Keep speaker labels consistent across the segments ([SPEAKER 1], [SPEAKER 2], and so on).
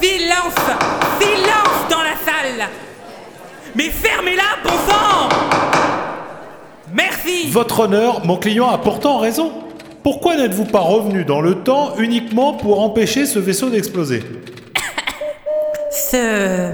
[SPEAKER 1] Silence Silence dans la salle Mais fermez-la, bon sang Merci
[SPEAKER 2] Votre honneur, mon client a pourtant raison. Pourquoi n'êtes-vous pas revenu dans le temps uniquement pour empêcher ce vaisseau d'exploser
[SPEAKER 1] Ce...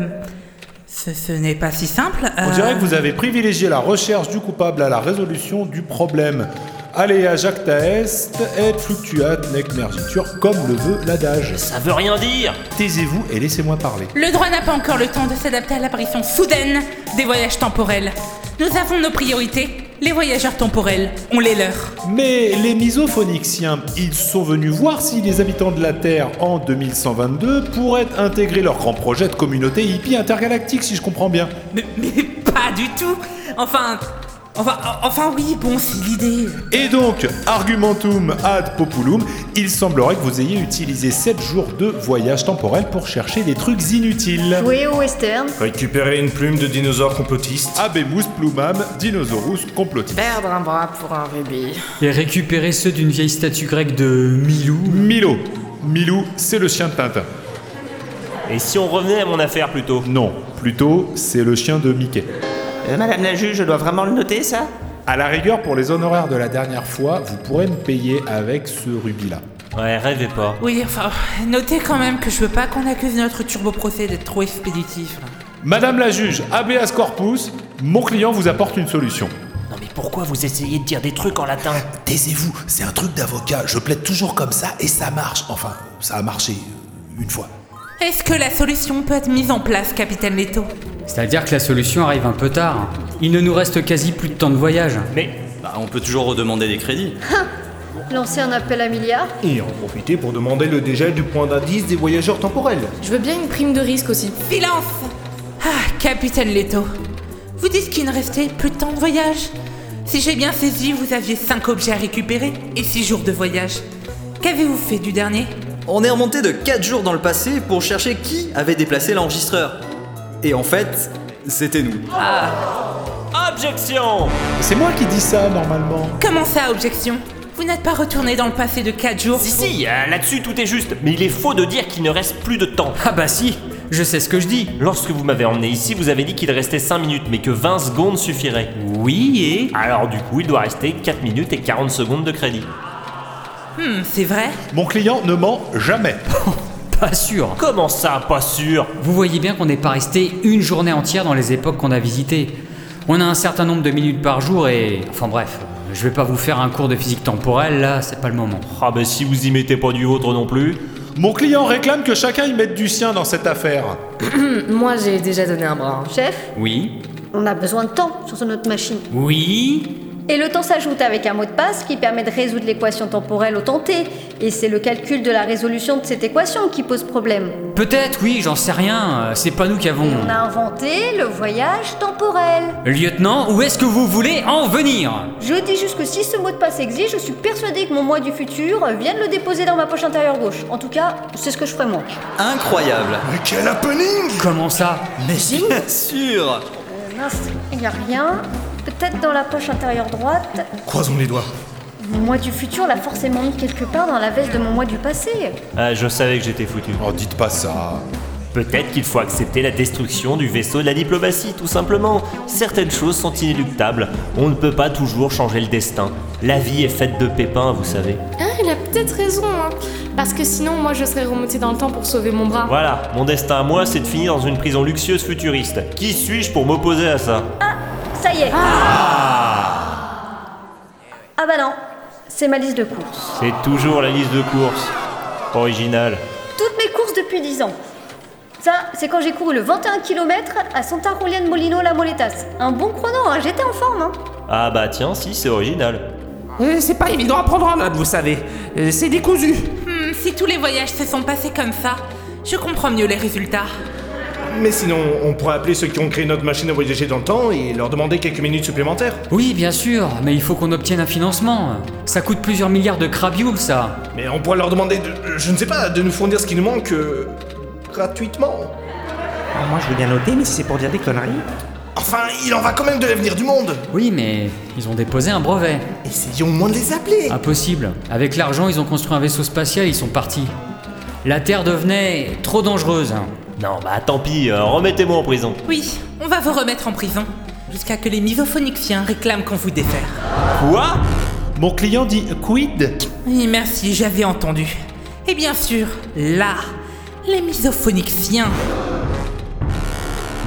[SPEAKER 1] Ce, ce n'est pas si simple.
[SPEAKER 2] On
[SPEAKER 1] euh,
[SPEAKER 2] dirait que vous avez privilégié la recherche du coupable à la résolution du problème. Aléa jactaest et fluctuate nec mergitur, comme le veut l'adage.
[SPEAKER 3] Ça veut rien dire
[SPEAKER 2] Taisez-vous et laissez-moi parler.
[SPEAKER 4] Le droit n'a pas encore le temps de s'adapter à l'apparition soudaine des voyages temporels. Nous avons nos priorités. Les voyageurs temporels, on les leurs.
[SPEAKER 2] Mais les misophonixiens, ils sont venus voir si les habitants de la Terre en 2122 pourraient intégrer leur grand projet de communauté hippie intergalactique, si je comprends bien.
[SPEAKER 1] mais, mais pas du tout Enfin... Enfin, enfin oui, bon, c'est l'idée.
[SPEAKER 2] Et donc, argumentum ad populum, il semblerait que vous ayez utilisé 7 jours de voyage temporel pour chercher des trucs inutiles.
[SPEAKER 5] Jouer au western
[SPEAKER 6] Récupérer une plume de dinosaure complotiste.
[SPEAKER 2] Abemus plumam dinosaurus complotis.
[SPEAKER 7] Perdre un bras pour un rubis.
[SPEAKER 8] Et récupérer ceux d'une vieille statue grecque de Milou.
[SPEAKER 2] Milo. Milou, c'est le chien de Tintin.
[SPEAKER 3] Et si on revenait à mon affaire plutôt
[SPEAKER 2] Non, plutôt, c'est le chien de Mickey.
[SPEAKER 9] Euh, Madame la juge, je dois vraiment le noter, ça
[SPEAKER 2] À la rigueur, pour les honoraires de la dernière fois, vous pourrez me payer avec ce rubis-là.
[SPEAKER 3] Ouais, rêvez pas.
[SPEAKER 1] Oui, enfin, notez quand même que je veux pas qu'on accuse notre turboprocès d'être trop expéditif. là.
[SPEAKER 2] Madame la juge, habeas corpus, mon client vous apporte une solution.
[SPEAKER 3] Non mais pourquoi vous essayez de dire des trucs en latin
[SPEAKER 10] Taisez-vous, c'est un truc d'avocat. Je plaide toujours comme ça et ça marche. Enfin, ça a marché euh, une fois.
[SPEAKER 4] Est-ce que la solution peut être mise en place, capitaine Leto
[SPEAKER 8] C'est-à-dire que la solution arrive un peu tard. Il ne nous reste quasi plus de temps de voyage.
[SPEAKER 3] Mais
[SPEAKER 11] Bah, on peut toujours redemander des crédits.
[SPEAKER 5] Lancer un appel à milliards
[SPEAKER 6] Et en profiter pour demander le dégel du point d'indice des voyageurs temporels.
[SPEAKER 7] Je veux bien une prime de risque aussi.
[SPEAKER 4] Silence Ah, capitaine Leto. Vous dites qu'il ne restait plus de temps de voyage Si j'ai bien saisi, vous aviez 5 objets à récupérer et 6 jours de voyage. Qu'avez-vous fait du dernier
[SPEAKER 11] On est remonté de 4 jours dans le passé pour chercher qui avait déplacé l'enregistreur. Et en fait, c'était nous.
[SPEAKER 3] objection
[SPEAKER 2] C'est moi qui dis ça normalement.
[SPEAKER 4] Comment ça, objection Vous n'êtes pas retourné dans le passé de 4 jours
[SPEAKER 3] Si si, euh, là-dessus tout est juste, mais il est faux de dire qu'il ne reste plus de temps.
[SPEAKER 8] Ah bah si, je sais ce que je dis.
[SPEAKER 3] Lorsque vous m'avez emmené ici, vous avez dit qu'il restait 5 minutes, mais que 20 secondes suffiraient.
[SPEAKER 8] Oui
[SPEAKER 3] Alors du coup, il doit rester 4 minutes et 40 secondes de crédit.
[SPEAKER 4] Hmm, c'est vrai
[SPEAKER 2] Mon client ne ment jamais.
[SPEAKER 8] et pas sûr.
[SPEAKER 3] Comment ça, pas sûr
[SPEAKER 8] Vous voyez bien qu'on n'est pas resté une journée entière dans les époques qu'on a visitées. On a un certain nombre de minutes par jour et... Enfin bref, je vais pas vous faire un cours de physique temporelle, là, c'est pas le moment.
[SPEAKER 3] Ah bah si vous y mettez pas du vôtre non plus.
[SPEAKER 2] Mon client réclame que chacun y mette du sien dans cette affaire.
[SPEAKER 7] Moi, j'ai déjà donné un bras. hein.
[SPEAKER 5] Chef,
[SPEAKER 8] Oui
[SPEAKER 5] on a besoin de temps sur notre machine.
[SPEAKER 8] Oui
[SPEAKER 5] Et le temps s'ajoute avec un mot de passe qui permet de résoudre l'équation temporelle au temps t. Et c'est le calcul de la résolution de cette équation qui pose problème.
[SPEAKER 8] Peut-être, oui, j'en sais rien. euh, C'est pas nous qui avons...
[SPEAKER 5] On a inventé le voyage temporel.
[SPEAKER 8] Lieutenant, où est-ce que vous voulez en venir
[SPEAKER 5] Je dis juste que si ce mot de passe existe, je suis persuadée que mon moi du futur vienne le déposer dans ma poche intérieure gauche. En tout cas, c'est ce que je ferais moi.
[SPEAKER 11] Incroyable
[SPEAKER 9] Ah,
[SPEAKER 10] Mais quel happening
[SPEAKER 8] Comment ça
[SPEAKER 11] Mais bien sûr
[SPEAKER 5] Euh, mince, il n'y a rien. Peut-être dans la poche intérieure droite.
[SPEAKER 6] Croisons les doigts.
[SPEAKER 5] Mon moi du futur l'a forcément mis quelque part dans la veste de mon moi du passé.
[SPEAKER 3] Ah, je savais que j'étais foutu.
[SPEAKER 2] Oh, dites pas ça.
[SPEAKER 3] Peut-être qu'il faut accepter la destruction du vaisseau de la diplomatie, tout simplement. Certaines choses sont inéluctables. On ne peut pas toujours changer le destin. La vie est faite de pépins, vous savez.
[SPEAKER 12] Ah, il a peut-être raison, hein. Parce que sinon, moi, je serais remontée dans le temps pour sauver mon bras.
[SPEAKER 3] Voilà, mon destin à moi, c'est de finir dans une prison luxueuse futuriste. Qui suis-je pour m'opposer à ça
[SPEAKER 5] Ça y est. ah bah non, c'est ma liste de courses.
[SPEAKER 3] C'est toujours la liste de courses. Originale.
[SPEAKER 5] Toutes mes courses depuis 10 ans. Ça, c'est quand j'ai couru le 21 km à Santa Julia de Molino La Moletas. Un bon chrono, hein, j'étais en forme. Hein.
[SPEAKER 3] Ah bah tiens, si, c'est original.
[SPEAKER 9] Euh, C'est pas évident à prendre en note, vous savez. Euh, C'est décousu.
[SPEAKER 4] Hmm, si tous les voyages se sont passés comme ça, je comprends mieux les résultats.
[SPEAKER 6] mais sinon, on pourrait appeler ceux qui ont créé notre machine à voyager dans le temps et leur demander quelques minutes supplémentaires.
[SPEAKER 8] Oui, bien sûr, mais il faut qu'on obtienne un financement. Ça coûte plusieurs milliards de crabioule, ça.
[SPEAKER 6] Mais on pourrait leur demander, de- je ne sais pas, de nous fournir ce qui nous manque euh, gratuitement.
[SPEAKER 9] Ah, moi, je veux bien noter, mais si c'est pour dire des conneries.
[SPEAKER 6] Enfin, il en va quand même de l'avenir du monde.
[SPEAKER 8] Oui, mais ils ont déposé un brevet.
[SPEAKER 6] Essayons au moins de les appeler.
[SPEAKER 8] Impossible. Avec l'argent, ils ont construit un vaisseau spatial, ils sont partis. La Terre devenait trop dangereuse. hein.
[SPEAKER 3] Non, bah tant pis, euh, remettez-moi en prison.
[SPEAKER 4] Oui, on va vous remettre en prison. Jusqu'à que les misophonixiens réclament qu'on vous défère.
[SPEAKER 3] Quoi
[SPEAKER 2] Mon client dit quid
[SPEAKER 4] Oui, merci, j'avais entendu. Et bien sûr, là, les misophonixiens.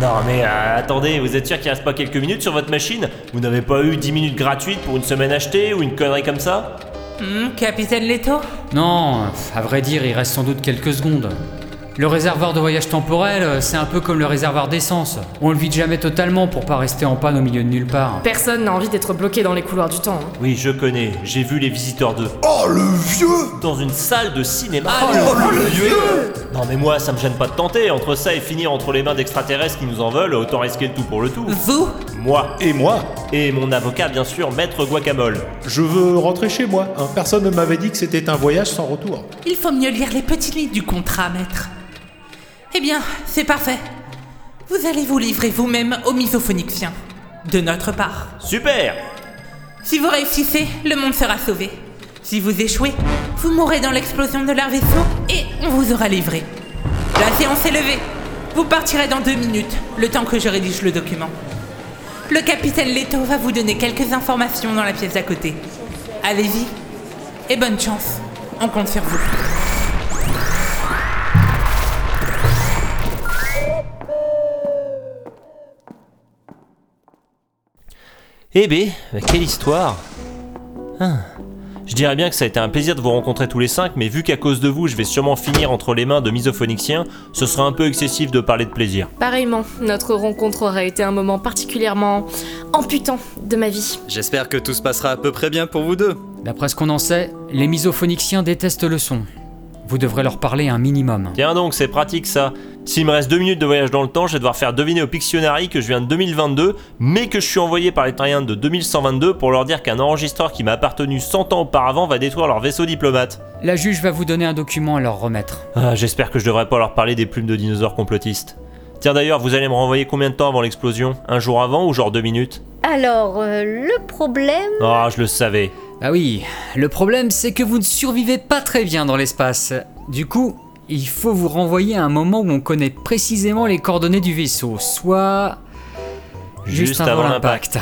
[SPEAKER 3] Non mais euh, attendez, vous êtes sûr qu'il reste pas quelques minutes sur votre machine Vous n'avez pas eu 10 minutes gratuites pour une semaine achetée ou une connerie comme ça
[SPEAKER 4] Hmm, capitaine Leto
[SPEAKER 8] Non, à vrai dire, il reste sans doute quelques secondes. Le réservoir de voyage temporel, euh, c'est un peu comme le réservoir d'essence. On le vide jamais totalement pour pas rester en panne au milieu de nulle part.
[SPEAKER 7] Personne n'a envie d'être bloqué dans les couloirs du temps. hein.
[SPEAKER 3] Oui, je connais, j'ai vu les visiteurs 2.
[SPEAKER 10] Oh le vieux
[SPEAKER 3] Dans une salle de cinéma.
[SPEAKER 10] Oh, le- le vieux
[SPEAKER 3] Non mais moi, ça me gêne pas de tenter, entre ça et finir entre les mains d'extraterrestres qui nous en veulent, autant risquer le tout pour le tout.
[SPEAKER 4] Vous
[SPEAKER 3] Moi.
[SPEAKER 2] Et moi
[SPEAKER 3] Et mon avocat, bien sûr, maître Guacamole.
[SPEAKER 2] Je veux rentrer chez moi. hein. Personne ne m'avait dit que c'était un voyage sans retour.
[SPEAKER 4] Il faut mieux lire les petites lignes du contrat, maître. Eh bien, c'est parfait. Vous allez vous livrer vous-même aux misophonixiens. De notre part.
[SPEAKER 3] Super
[SPEAKER 4] Si vous réussissez, le monde sera sauvé. Si vous échouez, vous mourrez dans l'explosion de leur vaisseau et on vous aura livré. La séance est levée. Vous partirez dans deux minutes, le temps que je rédige le document. Le capitaine Leto va vous donner quelques informations dans la pièce d'à côté. Allez-y et bonne chance. On compte sur vous.
[SPEAKER 3] Eh bé, quelle histoire Ah. Je dirais bien que ça a été un plaisir de vous rencontrer tous les cinq, mais vu qu'à cause de vous, je vais sûrement finir entre les mains de misophonixiens, ce serait un peu excessif de parler de plaisir.
[SPEAKER 12] Pareillement, notre rencontre aura été un moment particulièrement amputant de ma vie.
[SPEAKER 11] J'espère que tout se passera à peu près bien pour vous deux.
[SPEAKER 8] D'après ce qu'on en sait, les misophonixiens détestent le son. Vous devrez leur parler un minimum.
[SPEAKER 3] Tiens donc, c'est pratique ça. S'il me reste deux minutes de voyage dans le temps, je vais devoir faire deviner au Pictionary que je viens de 2022, mais que je suis envoyé par les Terriens de 2122 pour leur dire qu'un enregistreur qui m'a appartenu 100 ans auparavant va détruire leur vaisseau diplomate.
[SPEAKER 8] La juge va vous donner un document à leur remettre.
[SPEAKER 3] Ah, j'espère que je devrais pas leur parler des plumes de dinosaures complotistes. Tiens d'ailleurs, vous allez me renvoyer combien de temps avant l'explosion Un jour avant ou genre deux minutes
[SPEAKER 5] Alors, euh, le problème.
[SPEAKER 3] Ah, je le savais.
[SPEAKER 8] Ah oui, le problème c'est que vous ne survivez pas très bien dans l'espace. Du coup, il faut vous renvoyer à un moment où on connaît précisément les coordonnées du vaisseau, soit juste, avant, l'impact.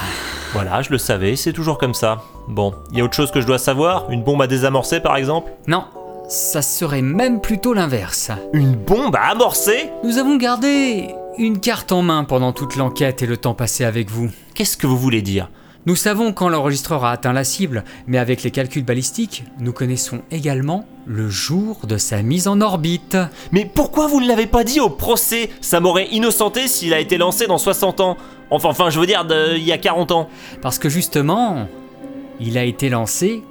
[SPEAKER 3] Voilà, je le savais, c'est toujours comme ça. Bon, il y a autre chose que je dois savoir Une bombe à désamorcer par exemple
[SPEAKER 8] Non, ça serait même plutôt l'inverse.
[SPEAKER 3] Une bombe à amorcer
[SPEAKER 8] Nous avons gardé une carte en main pendant toute l'enquête et le temps passé avec vous.
[SPEAKER 3] Qu'est-ce que vous voulez dire
[SPEAKER 8] Nous savons quand l'enregistreur a atteint la cible, mais avec les calculs balistiques, nous connaissons également le jour de sa mise en orbite.
[SPEAKER 3] Mais pourquoi vous ne l'avez pas dit au procès Ça m'aurait innocenté s'il a été lancé dans 60 ans. Enfin, enfin, je veux dire, de- il y a 40 ans.
[SPEAKER 8] Parce que justement, il a été lancé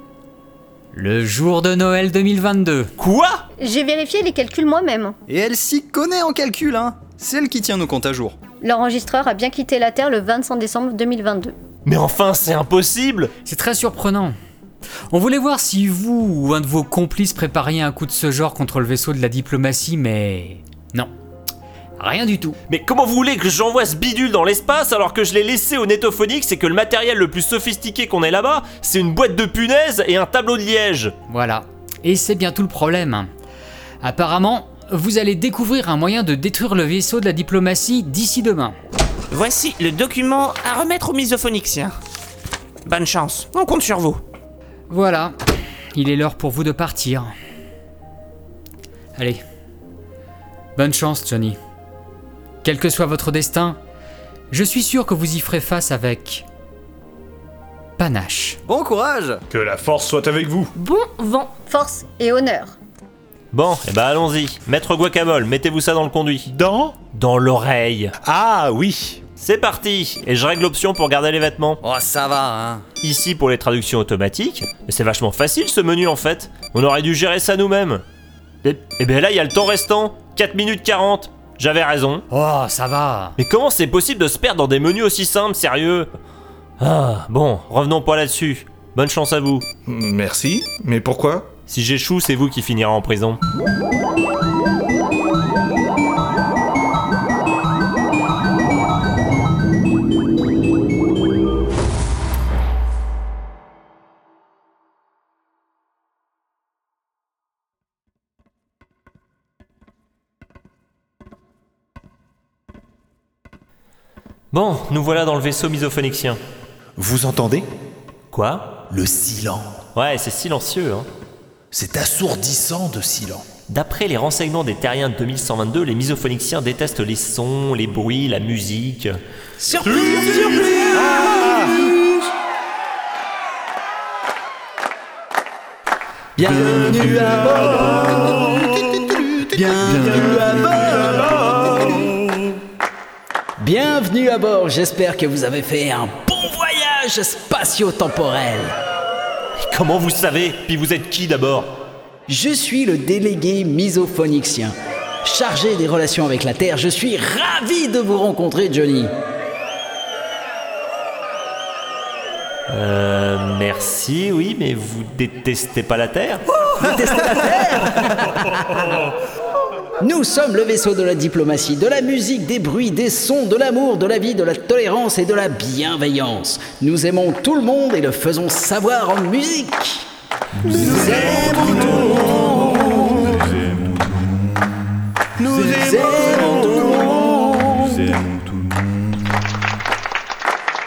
[SPEAKER 8] le jour de Noël 2022.
[SPEAKER 3] Quoi
[SPEAKER 5] J'ai vérifié les calculs moi-même.
[SPEAKER 11] Et elle s'y connaît en calcul, hein C'est elle qui tient nos comptes à jour.
[SPEAKER 5] L'enregistreur a bien quitté la Terre le 25 décembre 2022.
[SPEAKER 3] Mais enfin, c'est impossible
[SPEAKER 8] C'est très surprenant. On voulait voir si vous ou un de vos complices prépariez un coup de ce genre contre le vaisseau de la diplomatie, mais non. Rien du tout.
[SPEAKER 3] Mais comment vous voulez que j'envoie ce bidule dans l'espace alors que je l'ai laissé au Netophonix et que le matériel le plus sophistiqué qu'on ait là-bas, c'est une boîte de punaises et un tableau de liège
[SPEAKER 8] Voilà. Et c'est bien tout le problème. Apparemment, vous allez découvrir un moyen de détruire le vaisseau de la diplomatie d'ici demain.
[SPEAKER 9] Voici le document à remettre aux misophonixiens. Bonne chance, on compte sur vous.
[SPEAKER 8] Voilà. Il est l'heure pour vous de partir. Allez. Bonne chance, Johnny. Quel que soit votre destin, je suis sûr que vous y ferez face avec panache.
[SPEAKER 11] Bon courage
[SPEAKER 6] Que la force soit avec vous.
[SPEAKER 12] Bon vent.
[SPEAKER 5] Force et honneur.
[SPEAKER 3] Bon, et bah allons-y. Maître Guacamole, mettez-vous ça dans le conduit.
[SPEAKER 2] Dans
[SPEAKER 3] Dans l'oreille.
[SPEAKER 2] Ah oui
[SPEAKER 3] C'est parti Et je règle l'option pour garder les vêtements.
[SPEAKER 11] Oh, ça va, hein
[SPEAKER 3] Ici pour les traductions automatiques, mais c'est vachement facile ce menu en Eh, ben, fait. On aurait dû gérer ça nous-mêmes. Et, et bien là, il y a le temps restant. 4 minutes 40. J'avais raison.
[SPEAKER 8] Oh, ça va.
[SPEAKER 3] Mais comment c'est possible de se perdre dans des menus aussi simples, sérieux Ah, bon, revenons pas là-dessus. Bonne chance à vous.
[SPEAKER 6] Merci, mais pourquoi
[SPEAKER 3] Si j'échoue, c'est vous qui finirez en prison. Bon, nous voilà dans le vaisseau misophonicien.
[SPEAKER 10] Vous entendez
[SPEAKER 3] Quoi
[SPEAKER 10] Le silence.
[SPEAKER 3] Ouais, c'est silencieux, hein.
[SPEAKER 10] C'est assourdissant de silence.
[SPEAKER 3] D'après les renseignements des terriens de 2122, les misophoniciens détestent les sons, les bruits, la musique.
[SPEAKER 9] Surprise,
[SPEAKER 11] Bienvenue à bord Bienvenue à bord
[SPEAKER 13] Bienvenue à bord, j'espère que vous avez fait un bon voyage spatio-temporel.
[SPEAKER 3] Comment vous savez Puis vous êtes qui d'abord
[SPEAKER 13] Je suis le délégué misophonicien. Chargé des relations avec la Terre, je suis ravi de vous rencontrer, Johnny.
[SPEAKER 3] Euh, merci, oui, mais vous détestez pas la Terre
[SPEAKER 13] Détestez la Terre Nous sommes le vaisseau de la diplomatie, de la musique, des bruits, des sons, de l'amour, de la vie, de la tolérance et de la bienveillance. Nous aimons tout le monde et le faisons savoir en musique.
[SPEAKER 11] Nous aimons tout le monde. Nous aimons tout le monde.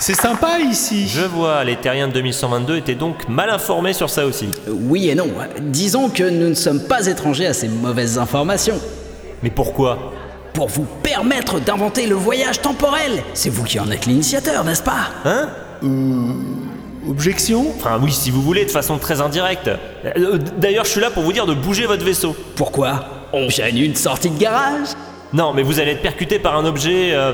[SPEAKER 2] C'est sympa ici.
[SPEAKER 3] Je vois, les terriens de 2122 étaient donc mal informés sur ça aussi.
[SPEAKER 13] Oui et non. Disons que nous ne sommes pas étrangers à ces mauvaises informations.
[SPEAKER 3] Mais pourquoi
[SPEAKER 13] Pour vous permettre d'inventer le voyage temporel. C'est vous qui en êtes l'initiateur, n'est-ce pas
[SPEAKER 3] Hein
[SPEAKER 2] Objection
[SPEAKER 3] Enfin oui, si vous voulez, de façon très indirecte. Euh, D'ailleurs, je suis là pour vous dire de bouger votre vaisseau.
[SPEAKER 13] Pourquoi On gêne une sortie de garage
[SPEAKER 3] Non, mais vous allez être percuté par un objet euh,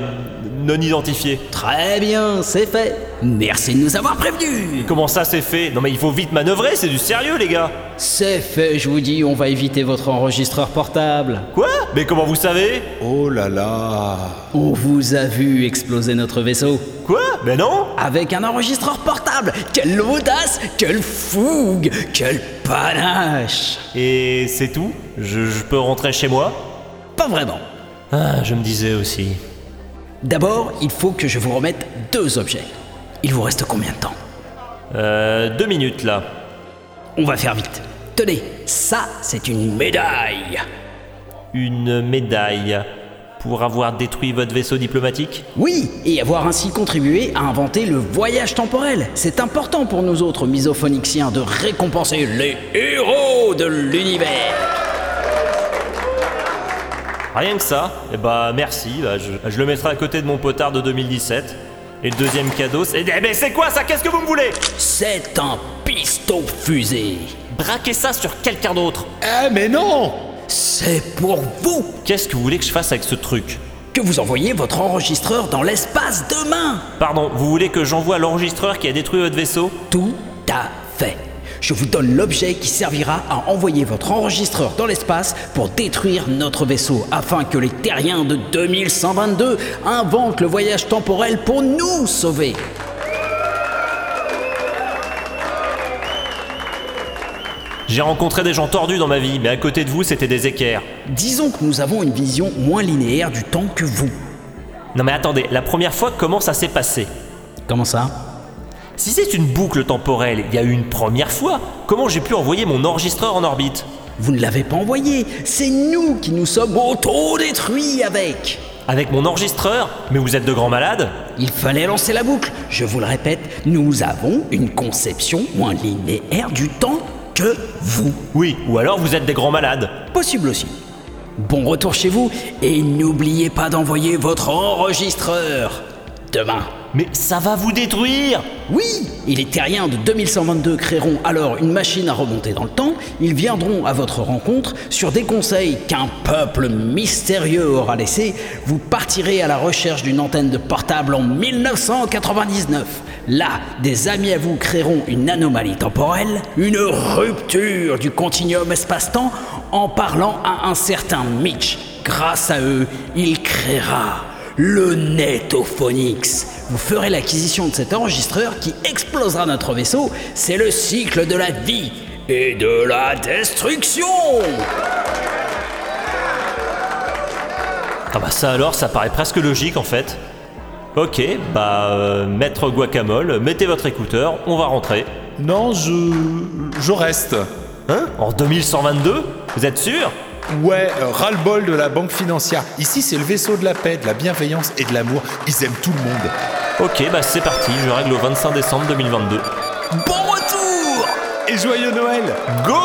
[SPEAKER 3] non identifié.
[SPEAKER 13] Très bien, c'est fait. Merci de nous avoir prévenus.
[SPEAKER 3] Comment ça c'est fait Non mais il faut vite manœuvrer, c'est du sérieux les gars.
[SPEAKER 13] C'est fait, je vous dis, on va éviter votre enregistreur portable.
[SPEAKER 3] Quoi Mais comment vous savez
[SPEAKER 10] Oh là là
[SPEAKER 13] On vous a vu exploser notre vaisseau.
[SPEAKER 3] Quoi Mais non
[SPEAKER 13] Avec un enregistreur portable Quelle audace Quelle fougue Quel panache
[SPEAKER 3] Et c'est tout je, je peux rentrer chez moi
[SPEAKER 13] Pas vraiment.
[SPEAKER 3] Ah, je me disais aussi.
[SPEAKER 13] D'abord, il faut que je vous remette deux objets. Il vous reste combien de temps
[SPEAKER 3] Euh, deux minutes là.
[SPEAKER 13] On va faire vite. Tenez, ça, c'est une médaille.
[SPEAKER 3] Une médaille pour avoir détruit votre vaisseau diplomatique
[SPEAKER 13] Oui, et avoir ainsi contribué à inventer le voyage temporel. C'est important pour nous autres misophoniciens de récompenser les héros de l'univers.
[SPEAKER 3] Rien que ça, et bah merci, bah, je, je le mettrai à côté de mon potard de 2017. Et le deuxième cadeau, c'est. Eh, mais c'est quoi ça Qu'est-ce que vous me voulez
[SPEAKER 13] C'est un piston fusée.
[SPEAKER 3] Braquez ça sur quelqu'un d'autre
[SPEAKER 2] Eh mais non
[SPEAKER 13] C'est pour vous
[SPEAKER 3] Qu'est-ce que vous voulez que je fasse avec ce truc
[SPEAKER 13] que vous envoyez votre enregistreur dans l'espace demain.
[SPEAKER 3] Pardon, vous voulez que j'envoie l'enregistreur qui a détruit votre vaisseau
[SPEAKER 13] Tout à fait. Je vous donne l'objet qui servira à envoyer votre enregistreur dans l'espace pour détruire notre vaisseau afin que les terriens de 2122 inventent le voyage temporel pour nous sauver.
[SPEAKER 3] J'ai rencontré des gens tordus dans ma vie, mais à côté de vous, c'était des équerres.
[SPEAKER 13] Disons que nous avons une vision moins linéaire du temps que vous.
[SPEAKER 3] Non mais attendez, la première fois, comment ça s'est passé
[SPEAKER 13] Comment ça
[SPEAKER 3] Si c'est une boucle temporelle, il y a eu une première fois, comment j'ai pu envoyer mon enregistreur en orbite
[SPEAKER 13] Vous ne l'avez pas envoyé, c'est nous qui nous sommes auto-détruits avec.
[SPEAKER 3] Avec mon enregistreur Mais vous êtes de grands malades
[SPEAKER 13] Il fallait lancer la boucle. Je vous le répète, nous avons une conception moins linéaire du temps que vous.
[SPEAKER 3] Oui, ou alors vous êtes des grands malades.
[SPEAKER 13] Possible aussi. Bon retour chez vous et n'oubliez pas d'envoyer votre enregistreur demain.
[SPEAKER 3] Mais ça va vous détruire
[SPEAKER 13] Oui, et les terriens de 2122 créeront alors une machine à remonter dans le temps. Ils viendront à votre rencontre sur des conseils qu'un peuple mystérieux aura laissés. Vous partirez à la recherche d'une antenne de portable en 1999. Là, des amis à vous créeront une anomalie temporelle, une rupture du continuum espace-temps en parlant à un certain Mitch. grâce à eux, il créera le Netophonix. Vous ferez l'acquisition de cet enregistreur qui explosera notre vaisseau. C'est le cycle de la vie et de la destruction.
[SPEAKER 3] Ah bah ça alors, ça paraît presque logique en fait. Ok, bah euh, maître guacamole, mettez votre écouteur, on va rentrer.
[SPEAKER 2] Non, je... je reste.
[SPEAKER 3] Hein En 2122 Vous êtes sûr
[SPEAKER 2] Ouais, euh, ras-le-bol de la banque financière. Ici, c'est le vaisseau de la paix, de la bienveillance et de l'amour. Ils aiment tout le monde.
[SPEAKER 3] Ok, bah c'est parti, je règle au 25 décembre 2022.
[SPEAKER 13] Bon retour
[SPEAKER 2] Et joyeux Noël
[SPEAKER 3] Go